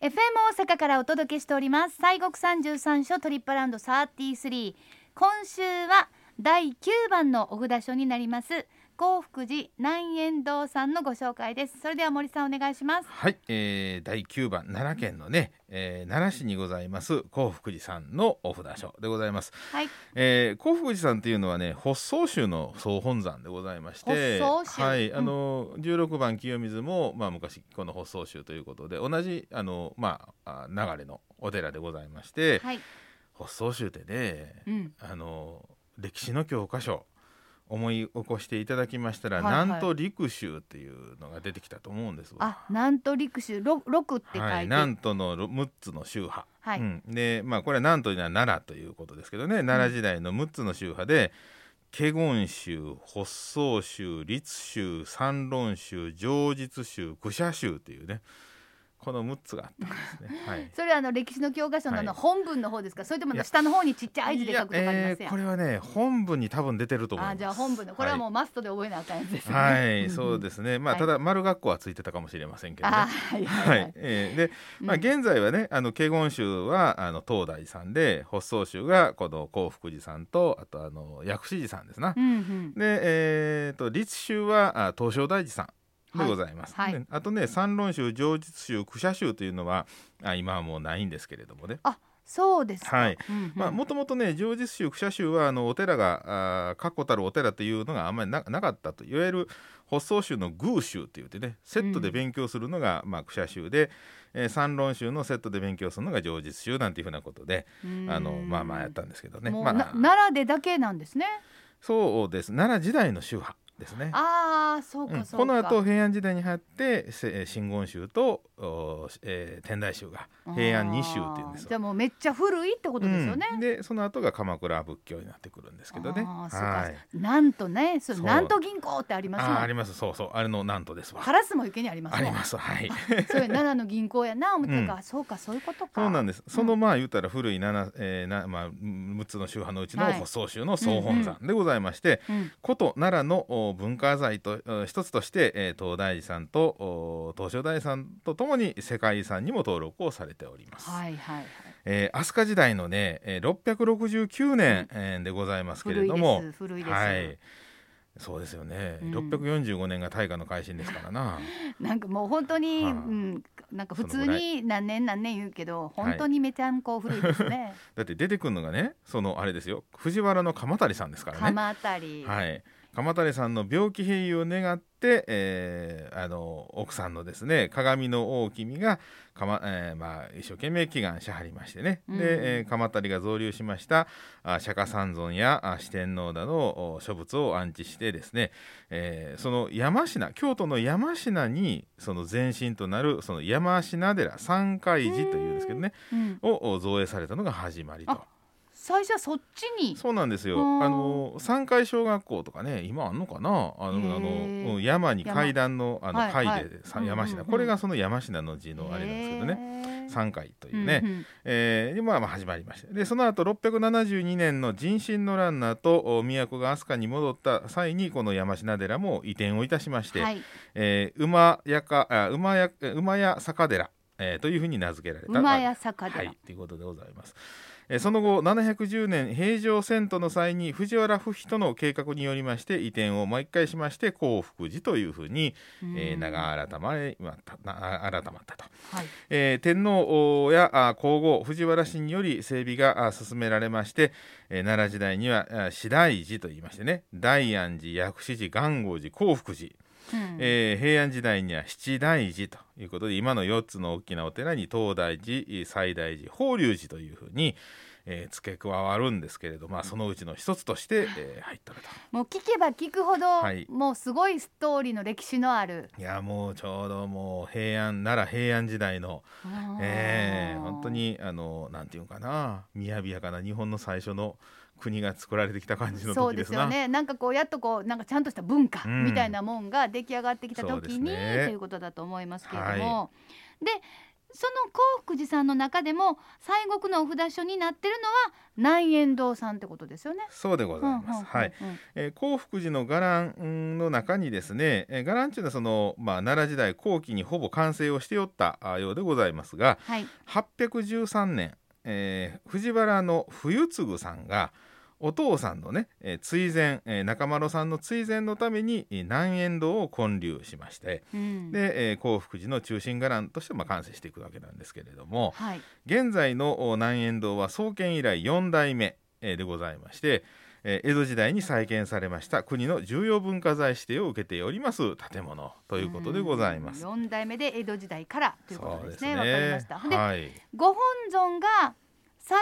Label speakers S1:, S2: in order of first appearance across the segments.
S1: FM 大阪からお届けしております西国三十三所トリップアラウンド33今週は第9番のお札所になります幸福寺南円堂さんのご紹介ですそれでは森さんお願いします
S2: はい、えー、第9番奈良県のね、えー奈良市にございます幸福寺さんのお札所でございます、
S1: はい
S2: えー、幸福寺さんっていうのはね北総州の総本山でございまして
S1: 北総州
S2: はい
S1: うん
S2: あの16番清水も、まあ、昔この北総州ということで同じあの、まあ、あ流れのお寺でございまして、
S1: はい
S2: 北総州ってね
S1: うん
S2: あの歴史の教科書思い起こしていただきましたら、
S1: はいはい
S2: なんと陸州っていうのが出てきたと思うんですわ
S1: あなんと陸州ろ六って書いて、
S2: はい、南都のろ6つの宗派、
S1: はい
S2: うんでまあこれは南都には奈良ということですけどね奈良時代の6つの宗派で華厳宗北宗宗律宗三論宗上実宗愚者宗というねこの6つがあったんです ね。はい
S1: それはあの歴史の教科書のあの
S2: はい
S1: 本文の方ですか、それともあの
S2: いや
S1: 下の方にちっちゃい字で書くとかあります
S2: いやえ
S1: や
S2: ー
S1: ん、
S2: これはね本文に多分出てると思います
S1: あじゃあ本文のこれはも
S2: う
S1: うマストで覚えなあかんやつですね
S2: はい、はい
S1: ん
S2: そうですねまあ
S1: はい
S2: ただ丸学校はついてたかもしれませんけどね
S1: あはいは、
S2: はい
S1: はい
S2: い、えーで、まあ、
S1: うん
S2: 現在はね、あの華厳宗はあの東大寺さんで、北総宗がこの興福寺さんと、あとあの薬師寺さんですな。
S1: うんうん
S2: で、えー、と律宗はあ東照大寺さん。でございます、
S1: はいはい
S2: であとね三論宗上実宗苦社宗というのはあ今はもうないんですけれどもね
S1: そうですか、
S2: はい
S1: うんうん
S2: まあもともとね上実宗苦社宗はあのお寺があー確固たるお寺というのがあんまりななかったといわゆる発想宗の偶宗って言ってねセットで勉強するのが、まあ苦社宗で、えー三論宗のセットで勉強するのが上実宗なんていうふうなことで
S1: うん
S2: あのまあまあやったんですけどね、
S1: もう
S2: ま
S1: な
S2: あ、
S1: 奈良でだけなんですね
S2: そうです奈良時代の宗派ですね。
S1: ああそう
S2: うん
S1: かそうか、
S2: この後平安時代に入ってせえー真言宗と、おーえー天台宗が平安二宗っていうんで
S1: あー
S2: すよ
S1: じゃあもうめっちゃ古いってことですよね、
S2: うんでその後が鎌倉仏教になってくるんですけどね。
S1: あーそうか
S2: はい
S1: なんとねそう
S2: そう
S1: なんと銀行ってあります
S2: あーあ
S1: もん
S2: りますそうそうあれのなんとですわ
S1: カラスも池にありますも
S2: あ
S1: ん
S2: りますはい
S1: そういう奈良の銀行やな思ってたか、
S2: う
S1: そうかそういうことか
S2: そうなん
S1: で
S2: ですそのまあ言うたら古い七、えーなまあ、6つの宗派のうちの
S1: はい
S2: 北総宗の総本山でございまして、
S1: す、うん
S2: 古都奈良のお文化財とお一つとして、えー東大寺さんとお東照大寺さんとともに世界遺産にも登録をされております、
S1: はいはいはい
S2: えー飛鳥時代のね、えー、669年えーでございますけ
S1: 古
S2: れ
S1: い
S2: ども
S1: です古いです、
S2: はいそうですよね、
S1: うん
S2: 645年が大化の改新ですからな。
S1: なんかもう本当に、
S2: はい
S1: うん、なんか普
S2: そ
S1: 通
S2: のぐら
S1: に何年何年言うけど
S2: はい
S1: 本当にめちゃんこ古いです ね、
S2: だって出てくるのがねそのあれですよ藤原の鎌足さんですからね、
S1: 鎌あたり、
S2: はい、鎌足さんの病気併用を願って、えーあの奥さんのですね鏡の大君が鎌、えーまあ、一生懸命祈願しはりましてね、
S1: うん
S2: で、えー、鎌足が造立しましたあ釈迦三尊やあ四天王などのお諸仏を安置してですね、えーその山科京都の山科にその前身となるその山科寺三海寺というんですけどね
S1: うん、
S2: をお造営されたのが始まりと
S1: あ。最初はそっちに
S2: そうなんですよ。
S1: うん
S2: あの三階小学校とかね、今あんのかな。あのあ
S1: へー
S2: のうん山に階段のあの
S1: はい
S2: 階
S1: はい
S2: でさ
S1: うんうんうん
S2: 山科、これがその山科の字のあれなんですけどね。
S1: ね
S2: 三階というね、
S1: ね、
S2: えーでまあまあ始まりました。でその後672年の人心のランナーとお都が飛鳥に戻った際にこの山科寺も移転をいたしまして、
S1: はい、
S2: えー馬屋かあ馬屋馬屋坂寺、えーというふうに名付けられた。
S1: 馬屋坂
S2: は
S1: 寺、
S2: い、ということでございます。えーその後710年平城遷都の際に藤原不比との計画によりまして移転を毎回しまして興福寺というふうに、えー
S1: うん
S2: 名が改まれまたな改まったと、
S1: はい、
S2: えー天皇やあ皇后藤原氏により整備があ進められまして、えー奈良時代にはあ四大寺といいましてね大安寺薬師寺元号寺興福寺
S1: うん
S2: えー平安時代には七大寺ということで今の4つの大きなお寺に東大寺えー西大寺法隆寺というふうに、えー付け加わるんですけれど、まあ、そのうちの一つとして、えー入っとると
S1: もう聞けば聞くほど、
S2: はい
S1: もうすごいストーリーの歴史のある、
S2: いやもうちょうどもう平安奈良平安時代の、えー本当にあのなんていうのかなみやびやかな日本の最初の国が作られてきた感じの
S1: そうで
S2: 時ですす
S1: よ
S2: な。
S1: ねなんかこうやっとこうなんかちゃんとした文化
S2: うん
S1: みたいなもんが出来上がってきた
S2: そうで
S1: 時
S2: す
S1: に、
S2: ね
S1: ということだと思いますけれども、でその興福寺さんの中でも西国のお札所になってるのは南円堂さんってことですよね。
S2: そうでございます。はい。
S1: うんうんうん
S2: えー、興福寺の伽藍の中にですね、えー、伽藍というのはその、まあ、奈良時代後期にほぼ完成をしておったあようでございますが
S1: はい。
S2: 813年、えー藤原の冬次さんがお父さんのね、えー追善、えー中丸さんの追善のためにえー南円堂を建立しまして
S1: うん
S2: で、えー興福寺の中心伽藍としてまあ完成していくわけなんですけれども、
S1: はい。
S2: 現在のお南円堂は創建以来4代目えーでございまして、えー江戸時代に再建されました国の重要文化財指定を受けております建物ということでございます。
S1: うん四代目で江戸時代からということですね。わ、かりました。
S2: そ
S1: で、
S2: うですねはい、
S1: ご本尊が西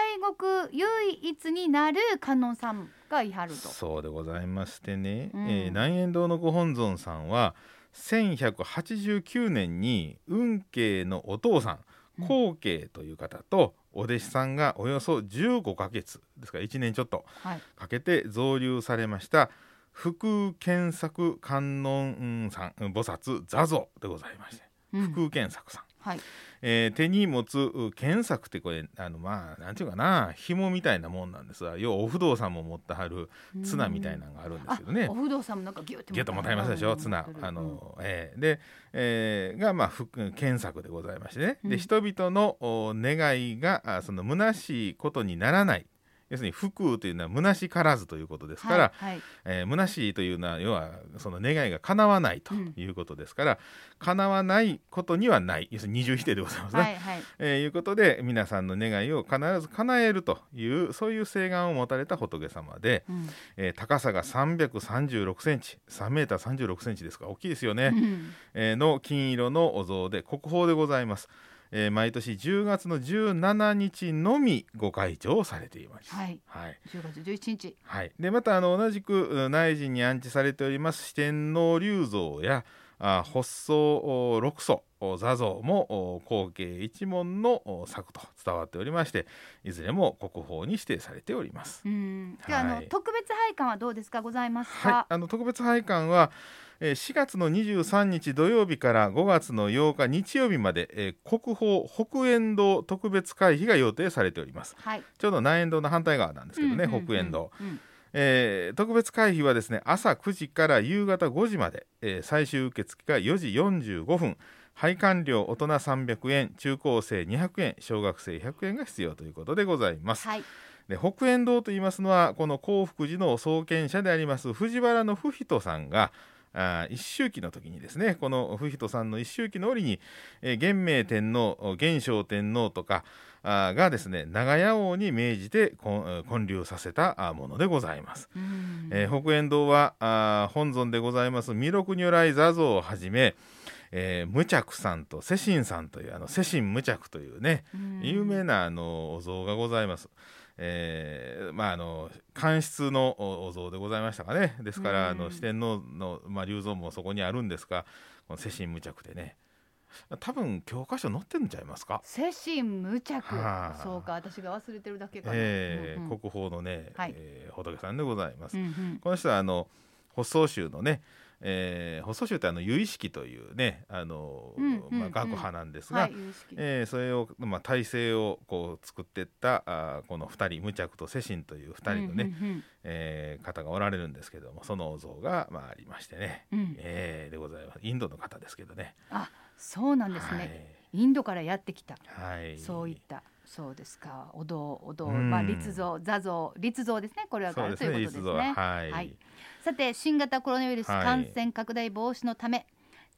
S1: 国唯一になる観音さんがいはると。
S2: そうでございましてね、
S1: うん
S2: えー南円堂のご本尊さんは1189年に運慶のお父さ
S1: うん
S2: ん光慶という方とお弟子さんがおよそ15ヶ月ですから1年ちょっと
S1: はい。
S2: かけて造立されました福建作観音さんうん菩薩座像でございまして
S1: うん
S2: 福建作さん、
S1: はい。
S2: えー手に持つう剣作ってこれあのまあなんていうかな紐みたいなもんなんですが要はお不動産も持ってはる綱みたいなのがあるんですけどね
S1: お不動産もなんかギュッて
S2: ギュッともたえますでしょ綱あの、えーで、えーがまあ福検索でございましてね、
S1: うん
S2: で人々のお願いがあその虚しいことにならない要するに福というのは虚しからずということですから、
S1: はいはい
S2: えー虚しいというのは要はその願いが叶わないということですから、叶わないことにはない要するに二重否定でございますね。
S1: はいはい
S2: えーいうことで皆さんの願いを必ず叶えるというそういう請願を持たれた仏様で、
S1: うん
S2: えー高さが336センチ3メーター36センチですか大きいですよね、
S1: うん
S2: えーの金色のお像で国宝でございます、えー毎年10月の17日のみご開帳されています
S1: はい
S2: はい
S1: 10月11日
S2: はいでまたあの同じくう内陣に安置されております四天王立像やあ発想六祖お座像もお後継一門のお作と伝わっておりましていずれも国宝に指定されております
S1: うんであの
S2: はい
S1: 特別拝観はどうですかございます
S2: はい
S1: か、
S2: あの特別拝観は、えー4月の23日土曜日から5月の8日日曜日まで、えー国宝北円堂特別会費が予定されております
S1: はい
S2: ちょうど南円堂の反対側なんですけどね、
S1: うんうんうん
S2: 北円堂、
S1: うん
S2: えー特別会費はですね朝9時から夕方5時まで、えー最終受付が4時45分配管料大人300円中高生200円小学生100円が必要ということでございます
S1: はい
S2: で北円堂と言いますのはこの興福寺の創建者であります藤原の不人さんがあー一周忌の時にですねこの不人さんの一周忌の折に、えー元明天皇元正天皇とかあーがですね長屋王に命じてこん建立させたあーものでございます。
S1: うん
S2: えー北円堂はあー本尊でございます弥勒如来座像をはじめ、えー無着さんと世親さんというあの世親無着というね
S1: うん
S2: 有名なあのお像がございます。えーまああの官室のおお像でございましたかねですから、
S1: うん
S2: あの四天王の、まあ、龍像もそこにあるんですがこの世親無着でね多分教科書載ってんちゃいますか、
S1: 世心無着
S2: はあ
S1: そうか私が忘れてるだけかな
S2: えー
S1: うんうん
S2: 国宝のね、
S1: はい
S2: えー仏さんでございます
S1: う。んうん
S2: この人はあの発想宗のね、えー、発想宗ってあの由意識というねあの、
S1: うんうんうん
S2: まあ、学派なんですが、
S1: はい有識
S2: えーそれを、まあ、体制をこう作ってったあーこの二人無着と世心という二人のね、
S1: うん
S2: えー方がおられるんですけどもそのお像が、まあ、ありましてね、
S1: うんうん
S2: えーでございますインドの方ですけどね。
S1: あそうなんですねインドからやってきた
S2: はいはい、
S1: そういったそうですかお堂お堂、
S2: うん
S1: まあ、立像座像立像ですねこれは
S2: そう
S1: あ
S2: で
S1: ると
S2: す
S1: いうこと
S2: ね
S1: です
S2: 実像
S1: ね
S2: は、はい、
S1: はいさて新型コロナウイルス
S2: はい
S1: 感染拡大防止のため、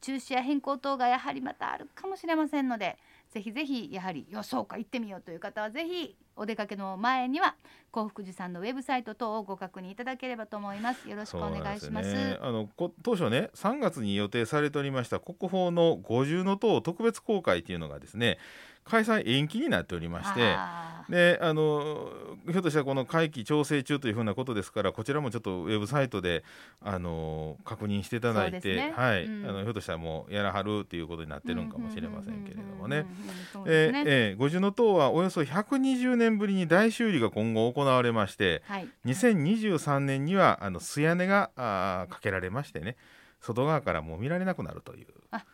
S1: 中止や変更等がやはりまたあるかもしれませんのでぜひぜひやはり予想か行ってみようという方はぜひお出かけの前には幸福寺さんのウェブサイト等をご確認いただければと思いますよろしくお願いします
S2: そうなんですよね、あのこ当初ね3月に予定されておりました国宝の五重の塔特別公開というのがですね開催延期になっておりまして。
S1: あー
S2: であのひょっとしたらこの会期調整中というふうなことですからこちらもちょっとウェブサイトであの確認していただい
S1: そうです
S2: て、
S1: ね
S2: はい
S1: うん
S2: あのひょっとしたらもうやらはるということになってるんかもしれませんけれども
S1: うん
S2: ね
S1: うん。うんうんうんそう
S2: え
S1: ですね、
S2: え五重の塔はおよそ120年ぶりに大修理が今後行われまして、
S1: はい
S2: 2023年にはあの素屋根があーかけられましてね外側からもう見られなくなるという
S1: あ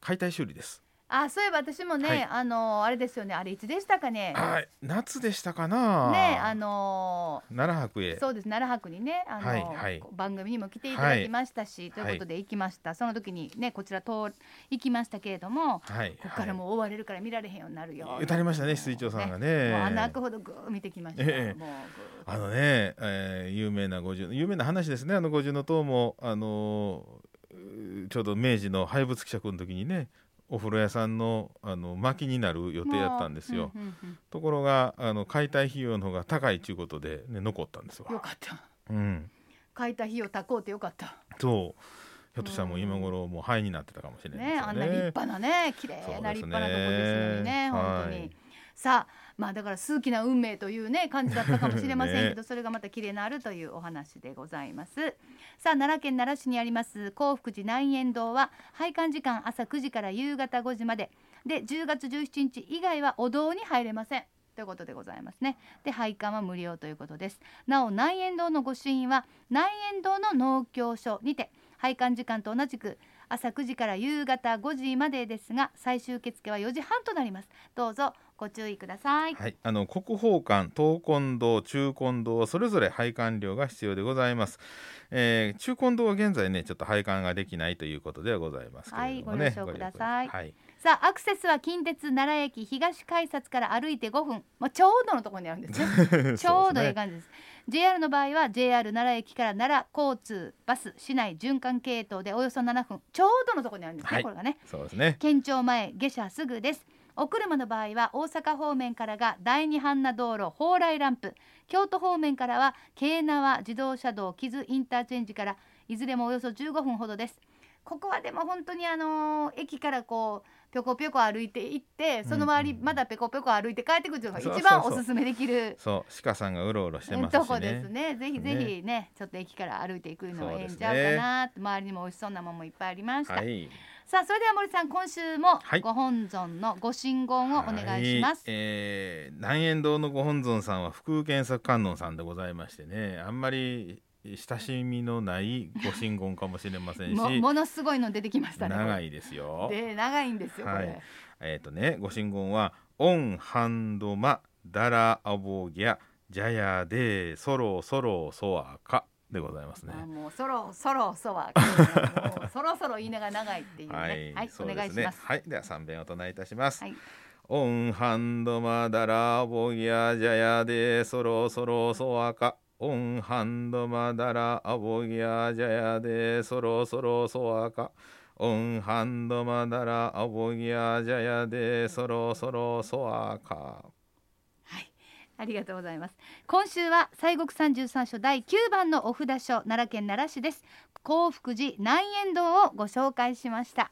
S2: 解体修理です。
S1: ああそういえば私もね、
S2: はい
S1: あのあれですよねあれいつでしたかね
S2: はい、夏でしたかな。
S1: ねあの
S2: 奈良博へ。
S1: そうです奈良博にねあの、
S2: はいはい
S1: こう番組にも来ていただきましたし、
S2: い
S1: ということで行きました、その時にねこちら通行きましたけれども
S2: はい。
S1: ここからもう追われるから見られへんようになるよ、
S2: はい。歌りましたね、水長さんがね。
S1: もう穴開くほどぐー見てきました、
S2: ええ
S1: もうぐー
S2: あのね、えー有名な五重有名な話ですねあの五重の塔も、あのーうちょうど明治の廃仏希釈の時にねお風呂屋さんのあの薪になる予定だったんですよ、
S1: もううんうん
S2: ところがあの解体費用の方が高いということで、ね、残ったんです
S1: うんよ
S2: わ、
S1: かった
S2: うん、
S1: 書いた費用たこうてよかった
S2: そうひょっとしたらもう今頃もう灰になってたかもしれな
S1: ね
S2: いですよ
S1: あん
S2: ね
S1: な立派なね綺麗な立派なとこですのにね
S2: そうですね
S1: 本当に、
S2: はい
S1: さあまあだから数奇な運命というね感じだったかもしれませんけど、
S2: ね
S1: それがまた綺麗なあるというお話でございますさあ奈良県奈良市にあります幸福寺南円堂は拝観時間朝9時から夕方5時までで10月17日以外はお堂に入れませんということでございますねで拝観は無料ということですなお南円堂の御朱印は南円堂の農協所にて拝観時間と同じく朝9時から夕方5時までですが最終受付は4時半となりますどうぞご注意ください、
S2: はい、あの国宝館、東根堂、中根堂それぞれ拝観料が必要でございます。えー、中根堂は現在ねちょっと拝観ができないということではございますけれどもね。
S1: はいご了承ください
S2: ご了承はい、
S1: さあアクセスは近鉄奈良駅東改札から歩いて5分、まあ、ちょうどのところにあるんです ねちょうどいい感じです。JR の場合は JR 奈良駅から奈良交通バス市内循環系統でおよそ7分ちょうどのところにあるんですね、
S2: はい
S1: これがね
S2: そうですね。
S1: 県庁前下車すぐですお車の場合は大阪方面からが第二阪奈道路蓬莱ランプ京都方面からは京奈和自動車道木津インターチェンジからいずれもおよそ15分ほどですここはでも本当にあのー駅からこうぴょこぴょこ歩いて行ってその周り
S2: うんうん
S1: まだぴょこぴょこ歩いて帰ってくるのが
S2: そう
S1: 一
S2: そう
S1: 番
S2: そ
S1: お
S2: う
S1: すすめできる
S2: そう鹿さんがうろうろしてますし
S1: と
S2: ね。
S1: こですねぜひぜひねちょっと駅から歩いていくのはええんちゃうかなって、周りにも美味しそうなもんもいっぱいありました、
S2: はい。
S1: さあそれでは森さん今週も
S2: はい
S1: ご本尊のご神言をお願いします、
S2: はいえー南円堂のご本尊さんは福右健作観音さんでございましてね、あんまり親しみのないご神言かもしれませんし、
S1: もものすごいの出てきましたね
S2: 長
S1: い
S2: いですよ。
S1: で長いんですよこれ、
S2: はいえっ、とね、ご神言は、オンハンドマ、ダラアボギャ、ジャヤデー、ソロソロソアカでございますね。
S1: あもうそろそろそ わもうそろそろ言いながら長いっていうねは
S2: はいい、、そう
S1: お
S2: で
S1: 願い
S2: す
S1: し
S2: ね。
S1: ます
S2: はい、では三遍お唱えいたします。
S1: はい
S2: オンハンドマダラボギャジャヤデーソロソロソアカオンハンドマダラボギャジャヤデーソロソロソアカオンハンドマダラボギャジャヤデーソロソロソアカ
S1: はい、ありがとうございます。今週は西国三十三所第九番のお札所奈良県奈良市です。幸福寺南円堂をご紹介しました。